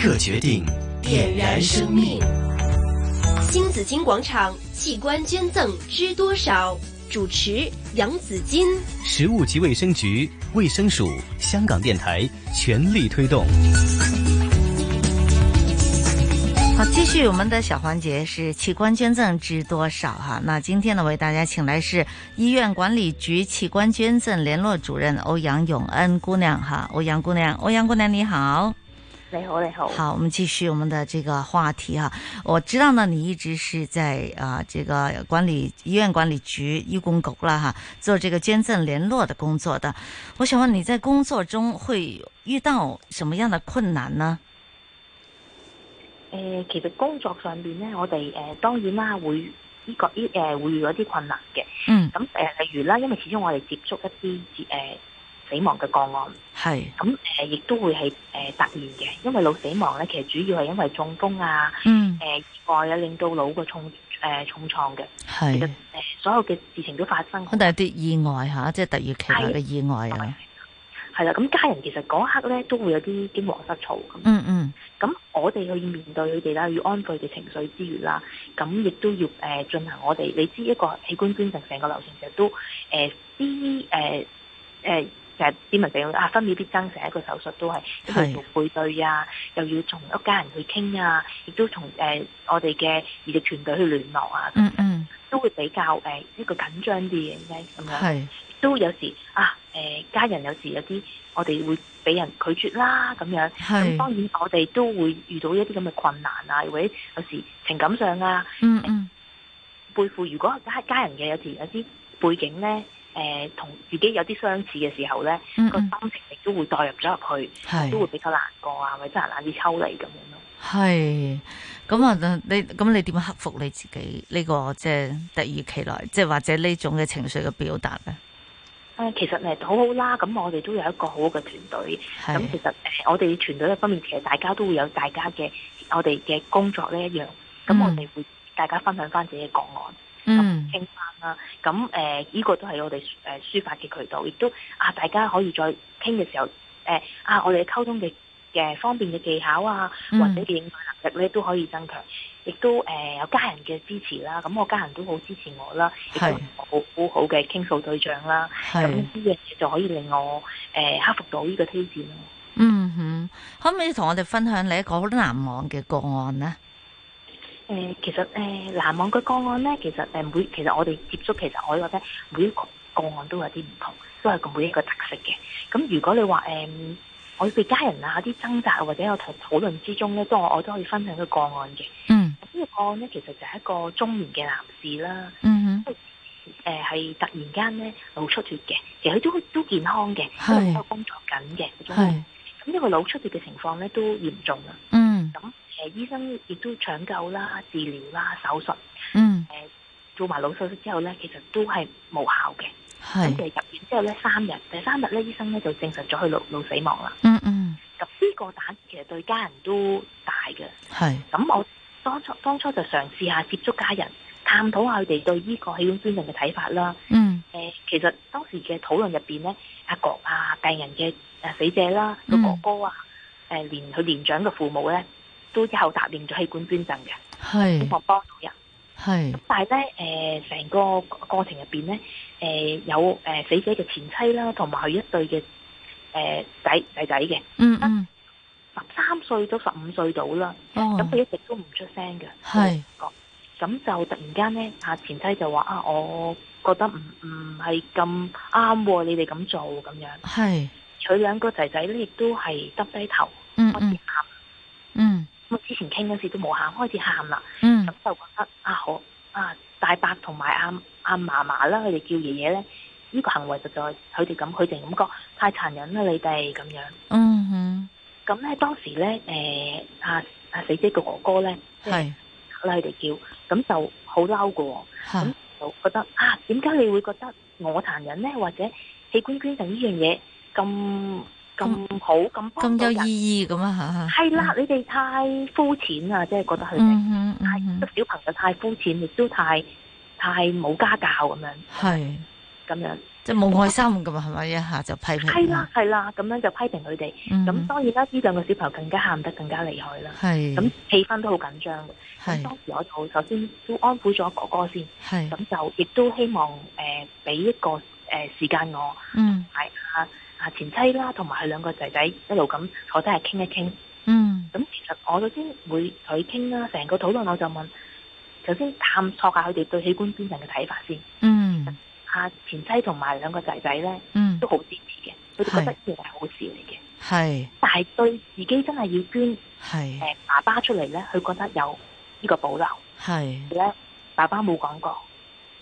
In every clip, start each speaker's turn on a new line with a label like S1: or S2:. S1: 刻决定，
S2: 点燃生命。新紫金广场器官捐赠知多少？主持杨紫金。
S1: 食物及卫生局、卫生署、香港电台全力推动。
S3: 好，继续我们的小环节是器官捐赠知多少哈？那今天呢，为大家请来是医院管理局器官捐赠联络主任欧阳永恩姑娘哈，欧阳姑娘，欧阳姑娘你好。
S4: 你好，你好。
S3: 好，我们继续我们的这个话题哈、我知道呢，你一直是在啊、呃这个管理医院管理局医工局啦哈，做这个捐赠联络的工作的。我想问你在工作中会遇到什么样的困难呢？
S4: 诶、其實工作上邊咧，我哋誒、呃、當然啦，會呢、個呢誒、呃、會遇到啲困難嘅。
S3: 嗯，
S4: 咁誒、呃例如啦，因為始終我哋接觸一啲誒、呃死亡嘅個案，
S3: 系，
S4: 咁誒亦都會係誒、呃突然嘅，因為腦死亡咧，其實主要係因為中風啊、
S3: 嗯
S4: 誒、，意外啊，令到腦嘅重誒、呃重創嘅。其實誒
S3: 系，、
S4: 呃所有嘅事情都發生。
S3: 咁但系啲意外吓，即系突如其來嘅意外啊，
S4: 係啦，咁家人其實嗰一刻咧都會有啲驚惶失措咁。
S3: 嗯嗯，
S4: 咁我哋去面對佢哋啦，要安撫佢哋情緒之餘啦，咁亦都要誒、呃、進行我哋你知一個器官捐贈成個流程其實都誒啲呃誒誒成日啲民病啊分秒必爭，成一個手術都係一
S3: 係
S4: 係做配對啊，又要同屋家人去傾啊，亦都同誒、呃我哋嘅移植團隊去聯絡啊，
S3: 嗯嗯，
S4: 都會比較誒、呃一個緊張啲嘅應該咁樣。
S3: 系，
S4: 都有時啊，誒、家人有時有啲我哋會俾人拒絕啦咁樣，
S3: 係
S4: 咁當然我哋都會遇到一啲咁嘅困難啊，或者有時情感上啊
S3: 嗯嗯，
S4: 背負，如果家家人嘅有時有啲背景咧，誒、同自己有啲相似嘅時候咧，
S3: 嗯
S4: 個、
S3: 嗯，
S4: 心情亦都會代入咗入去，
S3: 係
S4: 都會比較難過啊，或者真係難以抽離咁樣咯。
S3: 系，咁啊，你咁你點克服你自己呢、個即係突如其來，即係或者呢種嘅情緒嘅表達咧？
S4: 誒、啊其實誒好好啦，咁我哋都有一個好好嘅團隊。咁其
S3: 係，
S4: 實誒，我哋團隊嘅方面，其實大家都會有大家嘅我哋嘅工作呢一樣。咁我哋會大家分享翻自己嘅個案，
S3: 嗯，
S4: 傾翻啦。咁誒，呢個都係我哋誒呃抒發嘅渠道，亦都啊，大家可以再傾嘅時候，誒啊，我哋溝通嘅嘅方面嘅技巧啊，
S3: 嗯
S4: 或者嘅應對能力咧，都可以增強。亦都誒有家人嘅支持啦，咁我家人都好支持我啦，亦都
S3: 係
S4: 係我好好好嘅傾訴對象啦。咁
S3: 係
S4: 呢，樣嘢就可以令我誒克服到呢個挑戰咯。
S3: 嗯哼，可唔可以同我哋分享你一個好難忘嘅個案呢？
S4: 誒、呃其實誒、難忘嘅個案咧，其實誒、每其實我哋接觸，其實我覺得每一個個案都有啲唔同，都係個每一個特色嘅。咁如果你話誒、呃我哋家人啊啲掙扎或者有同討論之中咧，都我我都可以分享個個案嘅。
S3: 嗯
S4: 咁呢個個案咧，其實就係一個中年嘅男士啦，
S3: 嗯
S4: 誒、係突然間咧腦出血嘅，其實佢都都健康嘅，
S3: 係
S4: 都有工作緊嘅。
S3: 哼，係，
S4: 咁呢個腦出血嘅情況咧都嚴重啦。
S3: 嗯
S4: 咁誒、醫生亦都搶救啦、治療啦、手術。
S3: 嗯，
S4: 做埋腦手術之後咧，其實都係無效嘅。咁就
S3: 係，
S4: 係入院之後咧三日，第三日咧醫生咧就證實咗佢腦腦死亡啦。
S3: 嗯嗯，
S4: 咁呢個打擊其實對家人都大嘅。
S3: 係，
S4: 咁我當初當初就嘗試下接觸家人，探討下佢哋對呢個器官捐贈嘅睇法啦。
S3: 嗯
S4: 誒、其實當時嘅討論入邊咧，阿哥啊、病人嘅誒死者啦，個
S3: 嗯
S4: 哥哥啊，誒、連佢年長嘅父母咧，都一口答應咗器官捐贈嘅，希
S3: 係
S4: 望幫到人。
S3: 係，
S4: 但係咧，誒、成個過程入邊咧，誒、有誒、死者嘅前妻啦，同埋佢一對嘅誒、仔仔仔嘅，
S3: 嗯嗯，
S4: 十三歲到十五歲到啦，咁
S3: 哦
S4: 佢、，一直都唔出聲嘅，
S3: 係
S4: 咁就突然間咧，阿前妻就話啊，我覺得唔唔係咁啱喎，你哋咁做咁樣，
S3: 係，
S4: 佢兩個仔仔咧亦都係耷低頭
S3: 嗯
S4: 開
S3: 嗯
S4: 始喊，
S3: 嗯
S4: 咁之前傾嗰時都冇喊，開始喊啦。咁
S3: 嗯，
S4: 就覺得啊好啊大伯同埋阿阿嫲嫲啦，佢哋叫爺爺咧，呢、呢個行為實在佢哋咁，佢哋咁講太殘忍啦，你哋咁樣。
S3: 嗯哼，
S4: 咁咧當時咧誒阿阿死者嘅哥哥咧，即係
S3: 係
S4: 啦佢哋叫，咁就好嬲嘅喎，
S3: 嚇，
S4: 就覺得啊點解你會覺得我殘忍咧，或者器官捐贈呢樣嘢咁咁好咁幫
S3: 咁
S4: 到
S3: 有
S4: 人？
S3: 意義咁啊嚇，
S4: 係啦，你哋太膚淺啊啦，即係覺得佢哋。
S3: 嗯哼嗯
S4: 太
S3: 哼
S4: 小朋友太膚淺，亦都太太冇家教咁樣
S3: 係，
S4: 咁樣。
S3: 即係冇愛心噶嘛，係咪一下就批評？啊
S4: 係啦，係啦，咁樣就批評佢哋。
S3: 嗯，
S4: 咁當然啦，呢兩個小朋友更加喊得更加厲害啦。
S3: 係
S4: 咁氣氛都好緊張嘅。咁
S3: 嗯係嗯
S4: 當時我就首先都安撫咗哥哥先，
S3: 係，
S4: 咁就亦都希望誒俾、一個誒、呃、時間我
S3: 嗯
S4: 係啊啊前妻啦，同埋佢兩個仔仔一路咁坐低係傾一傾。
S3: 嗯
S4: 咁其實我首先會同佢傾啦，成個討論我就問，首先探索下佢哋對器官捐贈嘅睇法先。
S3: 嗯
S4: 啊前妻同埋兩個仔仔咧
S3: 嗯
S4: 都，好支持嘅，佢哋覺得
S3: 係
S4: 呢樣係好事嚟嘅。
S3: 係
S4: 但係對自己真係要捐誒、
S3: 係
S4: 呃爸爸出嚟咧，佢覺得有呢個保留。
S3: 係，
S4: 咧，爸爸冇講過。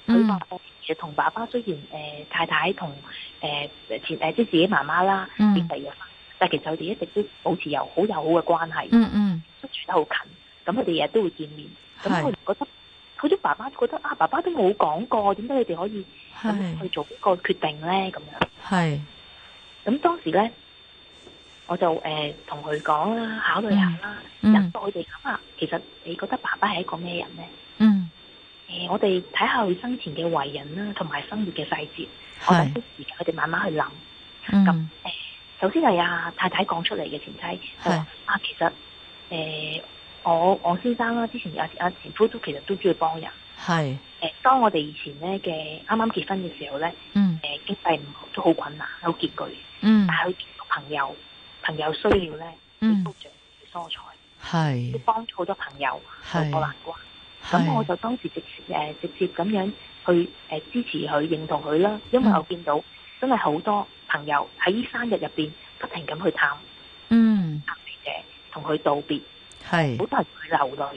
S4: 佢
S3: 嗯
S4: 話誒其實同爸爸雖然誒、呃太太同誒、呃前誒、呃即係自己媽媽啦，
S3: 嗯
S4: 變第二婚，但係其實佢哋一直都保持有好友好嘅關係，
S3: 嗯嗯
S4: 都住得好近。咁佢哋日日都會見面。咁
S3: 係
S4: 佢覺得，佢啲爸爸覺得啊，爸爸都冇講過，點解你哋可以咁
S3: 係
S4: 去做呢個決定咧？咁樣。
S3: 係，
S4: 咁當時咧，我就誒同佢講啦，考慮下啦，
S3: 嗯
S4: 引導佢哋諗下，其實你覺得爸爸係一個咩人咧？
S3: 嗯
S4: 誒、我哋睇下佢生前嘅為人啦，同埋生活嘅細節，我等
S3: 係
S4: 啲時間佢哋慢慢去諗。
S3: 嗯
S4: 首先係阿太太講出嚟嘅前妻就話啊，其實誒、我我先生啦，之前阿阿前夫都其實都中意幫人。
S3: 係
S4: 誒、當我哋以前咧嘅啱啱結婚嘅時候咧，
S3: 嗯
S4: 誒、經濟唔好都好困難，好拮據。
S3: 嗯
S4: 但係佢見到朋友，朋友需要咧，佢
S3: 嗯
S4: 都長蔬菜，都
S3: 係嗯
S4: 幫咗好多朋友渡
S3: 係
S4: 過難關。咁我
S3: 係
S4: 就當時直接誒、呃直接咁樣去誒、呃支持佢、認同佢啦，因為
S3: 嗯
S4: 我見到真係好多朋友喺呢三日入邊不停咁去探
S3: 嗯
S4: 探病者，同佢道別，好
S3: 係
S4: 多人佢流淚。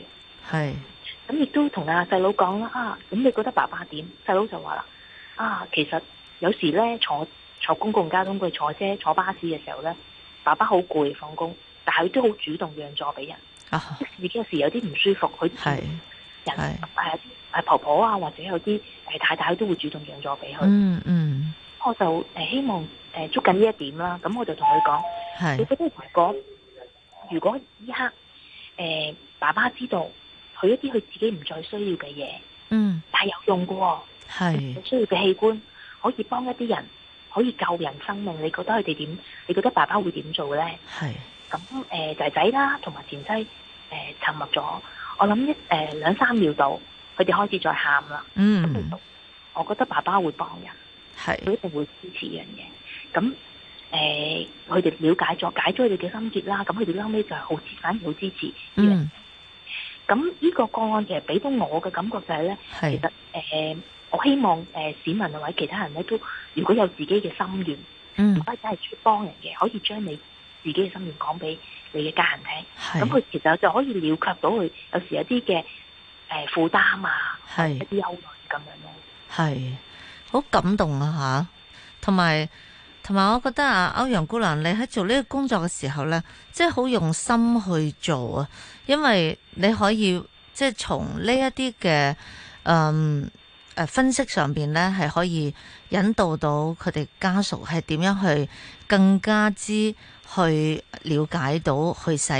S3: 係
S4: 咁亦都同阿細佬講啦，啊，咁你覺得爸爸點？細佬就話啦，啊，其實有時咧坐坐公共交通工具、坐車、坐巴士嘅時候咧，爸爸好攰放工，但係佢都好主動讓座俾人，
S3: 啊
S4: 即使自己有時有啲唔舒服，佢
S3: 係
S4: 人
S3: 係
S4: 誒誒婆婆啊，或者有啲誒太太都會主動讓座俾佢。
S3: 嗯嗯
S4: 我就誒、呃希望誒、呃捉緊呢一點啦。咁我就同佢講，你
S3: 係
S4: 覺得如果如果依刻誒、呃爸爸知道佢一啲佢自己唔再需要嘅嘢，
S3: 嗯
S4: 但係有用嘅喎、
S3: 係
S4: 佢需要嘅器官可以幫一啲人，可以救人生命。你覺得佢哋點？你覺得爸爸會點做呢？
S3: 係
S4: 咁誒仔仔啦，同埋前妻誒、呃沉默咗，我諗一誒兩三秒度，佢哋開始再喊啦。
S3: 嗯
S4: 我覺得爸爸會幫人，佢
S3: 係
S4: 一定會支持呢樣嘢。咁誒，佢哋了解咗，解咗佢哋嘅心結啦。咁佢哋後尾就係好支，反而好支持呢樣嘢。
S3: 嗯
S4: 咁呢個個案其實俾到我嘅感覺就係咧，其
S3: 係
S4: 實誒、我希望誒、市民或者其他人咧都，如果有自己嘅心願，
S3: 嗯
S4: 唔單止係幫人嘅，可以將你自己嘅心願講俾你嘅家人
S3: 係
S4: 聽。咁佢其實就可以了卻到佢有時有啲嘅誒負擔啊，一
S3: 係。
S4: 啲憂慮咁樣咯。
S3: 係好感動啊吓，同埋同埋，我覺得啊，歐陽姑娘你喺做呢個工作嘅嗯時候咧，即係好用心去做啊，因為你可以即係從呢一啲嘅嗯誒分析上邊咧，係可以引導到佢哋家屬係點樣去更加之去了解到去世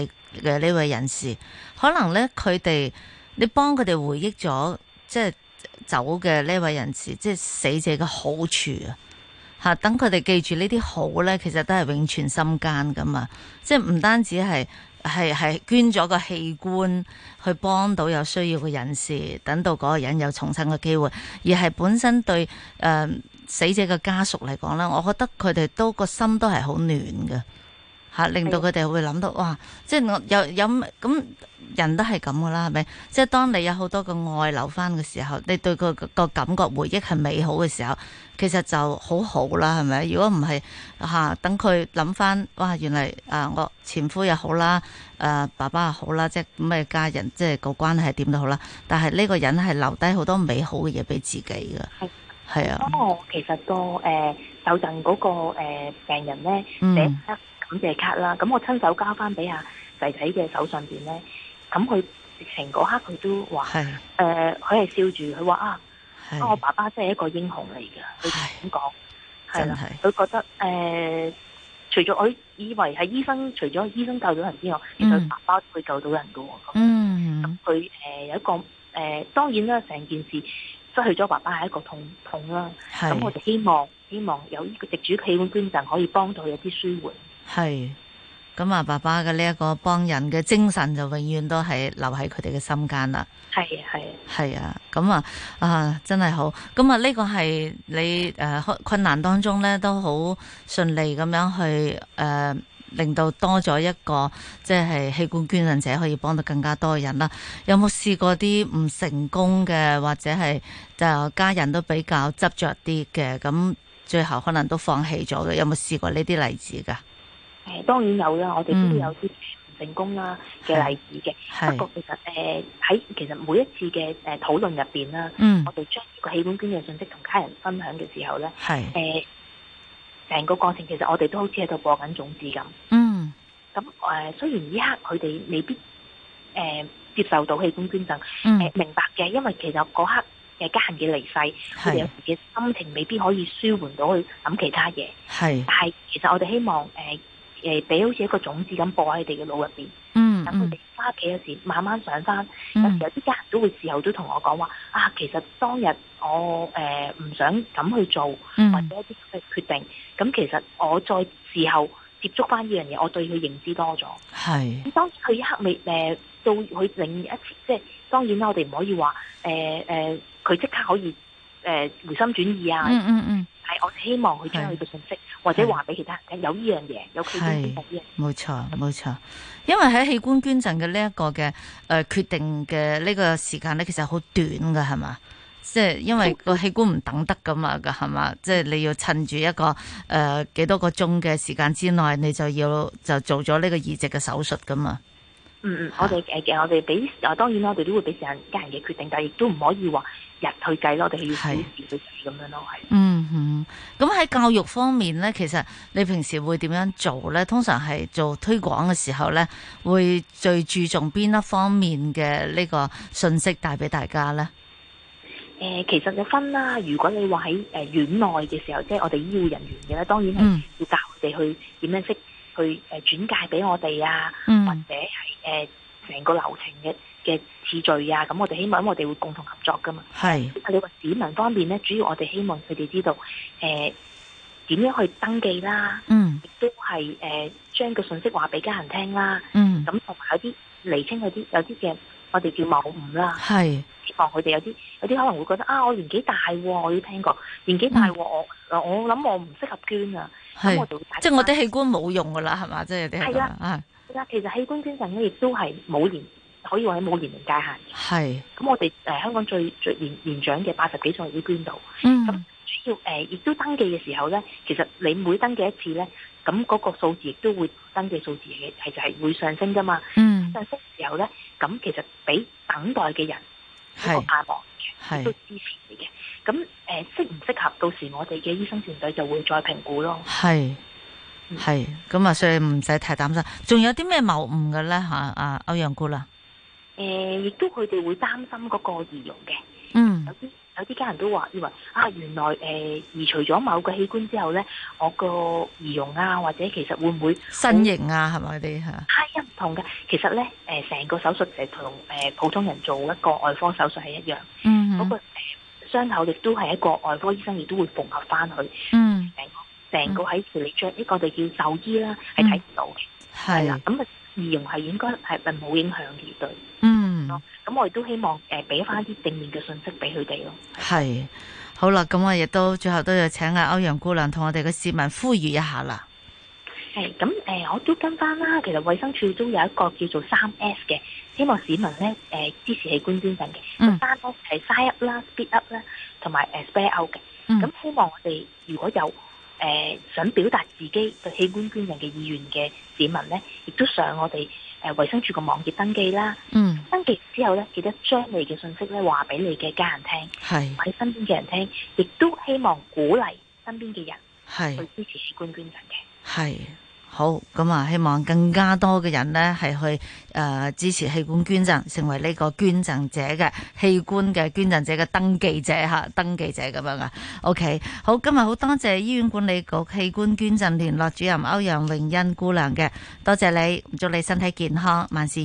S3: 嘅呢位人士，可能咧佢哋你幫佢哋回憶咗即係。走嘅呢位人士，即係死者嘅好處啊！吓，等佢哋記住呢啲好咧，其實都係永存心間噶嘛。即係唔單止係係係捐咗個器官去幫到有需要嘅人士，等到嗰個人有重生嘅機會，而係本身對誒、呃死者嘅家屬嚟講咧，我覺得佢哋都個心都係好暖嘅。吓，令到佢哋會諗到，哇！即係我有有咁人都係咁噶啦，係咪？即係當你有好多嘅愛留翻嘅時候，你對佢個個感覺回憶係美好嘅時候，其實就好好啦，係咪？如果唔係嚇，等佢諗翻，哇！原嚟啊，我前夫又好啦，誒、爸爸又好啦，即係咩家人，即係個關係點都好啦。但係呢個人係留低好多美好嘅嘢俾自己嘅
S4: 係，
S3: 係啊，
S4: 當我其實個誒受贈嗰個、呃、病人咧。寫
S3: 嗯，
S4: 卡感謝卡啦，咁我親手交翻俾阿仔仔嘅手上邊咧，咁佢直情嗰刻佢都話
S3: 係
S4: 誒，佢係笑住，佢話啊，啊我
S3: 係
S4: 爸爸真係一個英雄嚟㗎，佢咁講，係
S3: 真
S4: 啦，
S3: 係，
S4: 佢覺得誒、呃除咗佢以為係醫生，除咗醫生救到人之外，其實
S3: 嗯
S4: 佢爸爸都會救到人㗎喎。咁
S3: 嗯，
S4: 佢誒有一個誒、呃當然啦，成件事失去咗爸爸係一個痛痛啦。咁我
S3: 係
S4: 哋希望希望有呢個直主器官捐贈可以幫到有啲舒緩。
S3: 係咁啊，爸爸嘅呢一個幫人嘅精神就永遠都係留喺佢哋嘅心間啦。
S4: 係係
S3: 係啊，咁啊啊真係好，咁啊呢個係你誒、呃困困難當中咧都好順利咁樣去誒、呃令到多咗一個即係器官捐贈者可以幫到更加多人啦。有冇試過啲唔成功嘅，或者係就家人都比較執着啲嘅，咁最後可能都放棄咗嘅？有冇試過呢啲例子㗎？
S4: 誒，當然有啦，我哋
S3: 嗯
S4: 都有啲唔成功啦嘅例子嘅。
S3: 係
S4: 不過其實誒喺其實每一次嘅誒討論入邊啦，
S3: 嗯
S4: 我，哋將呢個器官捐嘅信息同家人分享嘅時候咧，
S3: 係，
S4: 誒成個過程其實我哋都好似喺度播緊種子咁。
S3: 嗯，
S4: 咁誒、呃雖然呢刻佢哋未必誒、呃接受到器官捐贈，誒、
S3: 嗯，
S4: 明白嘅，因為其實嗰刻誒家人嘅離世，佢哋有
S3: 係，
S4: 時嘅心情未必可以舒緩到去諗其他嘢，
S3: 係
S4: 但，係其實我哋希望誒誒俾好似一個種子咁播喺佢哋嘅腦入邊，
S3: 嗯，
S4: 等佢
S3: 嗯
S4: 哋翻屋企有時慢慢上翻。有時
S3: 嗯
S4: 有啲家人都會事後都同我講話啊，其實當日我誒唔、想咁去做，或
S3: 嗯
S4: 者一啲嘅決定，咁其實我再事後接觸翻呢樣嘢，我對佢認知多咗。
S3: 係，
S4: 咁當然佢一刻未誒、呃到佢另一次，即係當然啦，我哋唔可以話誒誒，呃佢、即刻可以誒、呃回心轉意啊。
S3: 嗯嗯嗯。
S4: 但係我希望佢將佢嘅信息或者話俾其他人聽，有呢樣嘢，有佢
S3: 係
S4: 嘅呢樣嘢。
S3: 冇錯，冇錯，因為喺器官捐贈嘅呢一個嘅誒、呃、決定嘅呢個時間咧，其實好短㗎，係嘛？即係因為個器官唔等得㗎嘛，㗎係嘛？即係你要趁住一個呃誒幾、多個鐘嘅時間之內，你就要就做咗呢個移植嘅手術㗎嘛。
S4: 嗯嗯，我哋誒誒，我哋俾啊，當然啦，我哋都會俾時間家人嘅決定，但係亦都唔可以話日去計咯，我哋係
S3: 係
S4: 要小時去計咁樣咯，係。
S3: 嗯哼，咁喺教育方面咧，其實你平時會點樣做咧？通常係做推廣嘅時候咧，會最注重邊一方面嘅呢個信息帶俾大家咧？
S4: 誒、其實有分啦。如果你話喺誒院內嘅時候，即係我哋醫護人員嘅咧，當然係
S3: 嗯
S4: 要教佢哋去點樣識去誒、呃、轉介俾我哋啊，或
S3: 嗯
S4: 者係誒成個流程嘅嘅次序啊。咁我哋希望，因為我哋會共同合作噶嘛。
S3: 係。
S4: 你話市民方面咧，主要我哋希望佢哋知道誒點、樣去登記啦，
S3: 嗯
S4: 亦都係誒將個信息話俾家人聽啦。
S3: 嗯，
S4: 咁同埋有啲釐清有啲有啲嘅我哋叫謬誤啦。
S3: 係
S4: 希望佢哋有啲有啲可能會覺得啊，我年紀大喎、我都聽過年紀大喎、我我諗我唔適合捐啊，咁我
S3: 嗯係，
S4: 就會帶
S3: 即係我啲器官冇用噶啦，係嘛？即係啲
S4: 係啦
S3: 啊，
S4: 翻其實器官捐贈咧，亦都係冇年，可以話係冇年齡界限嘅。
S3: 係，
S4: 咁我哋誒、呃香港最最年年長嘅八十幾歲都捐到，
S3: 嗯
S4: 咁主要誒亦、都登記嘅時候咧，其實你每登記一次咧，咁嗰個數字亦都會登記數字嘅係就係會上升噶嘛。
S3: 嗯，
S4: 上升嘅時候咧，咁其實俾等待嘅人一個
S3: 係
S4: 盼望嘅。都
S3: 係
S4: 支持你嘅。咁誒、呃、適唔適合，到時我哋嘅醫生團隊就會再評估咯。
S3: 係
S4: 嗯
S3: 係，咁啊，所以唔使太擔心。仲有啲咩謬誤嘅咧吓？啊，歐陽姑啦，
S4: 誒、呃亦都佢哋會擔心嗰個儀容嘅。
S3: 嗯
S4: 有啲有啲家人都話，以為啊，原來誒、呃移除咗某個器官之後咧，我個儀容啊，或者其實會唔會
S3: 身形啊，係咪嗰啲吓？
S4: 係唔同嘅？其實咧，誒、成個手術就同誒普通人做一個外科手術係一樣，
S3: 嗯
S4: 嗰、個
S3: 哼
S4: 誒傷口亦都係一個外科醫生亦都會縫合翻佢，
S3: 嗯，嗯
S4: 成個喺處理將呢個我哋叫獸醫啦，係睇唔到嘅。係啦
S3: 係，，
S4: 咁啊儀容係應該係係冇影響嘅對，
S3: 嗯。
S4: 咁我亦都希望誒俾翻啲正面嘅信息俾佢哋咯。
S3: 係，好啦，咁我亦都最後都要請阿歐陽姑娘同我哋嘅市民呼籲一下啦。
S4: 係咁誒，我都跟翻啦。其實衛生署都有一個叫做三 S 嘅，希望市民咧誒、支持器官捐贈嘅。
S3: 嗯
S4: 個三 S 係 sign up 啦、speed up 啦，同埋誒 spare out 嘅。
S3: 嗯
S4: 咁、希望我哋如果有誒、想表達自己對器官捐贈嘅意願嘅市民咧，亦都上我哋誒衛生署嘅網頁登記啦。
S3: 嗯，
S4: 登記之後咧，記得將你嘅信息咧話俾你嘅家人聽。
S3: 係
S4: 話俾身邊嘅人聽，亦都希望鼓勵身邊嘅人
S3: 係。
S4: 去支持器官捐贈嘅。
S3: 係好咁啊！希望更加多嘅人呢係去誒、呃支持器官捐贈，成為呢個捐贈者嘅器官嘅捐贈者嘅登記者嚇，登記者咁樣啊。OK，好，今日好多謝醫院管理局器官捐贈聯絡主任歐陽穎欣姑娘嘅，多謝你，祝你身體健康，萬事。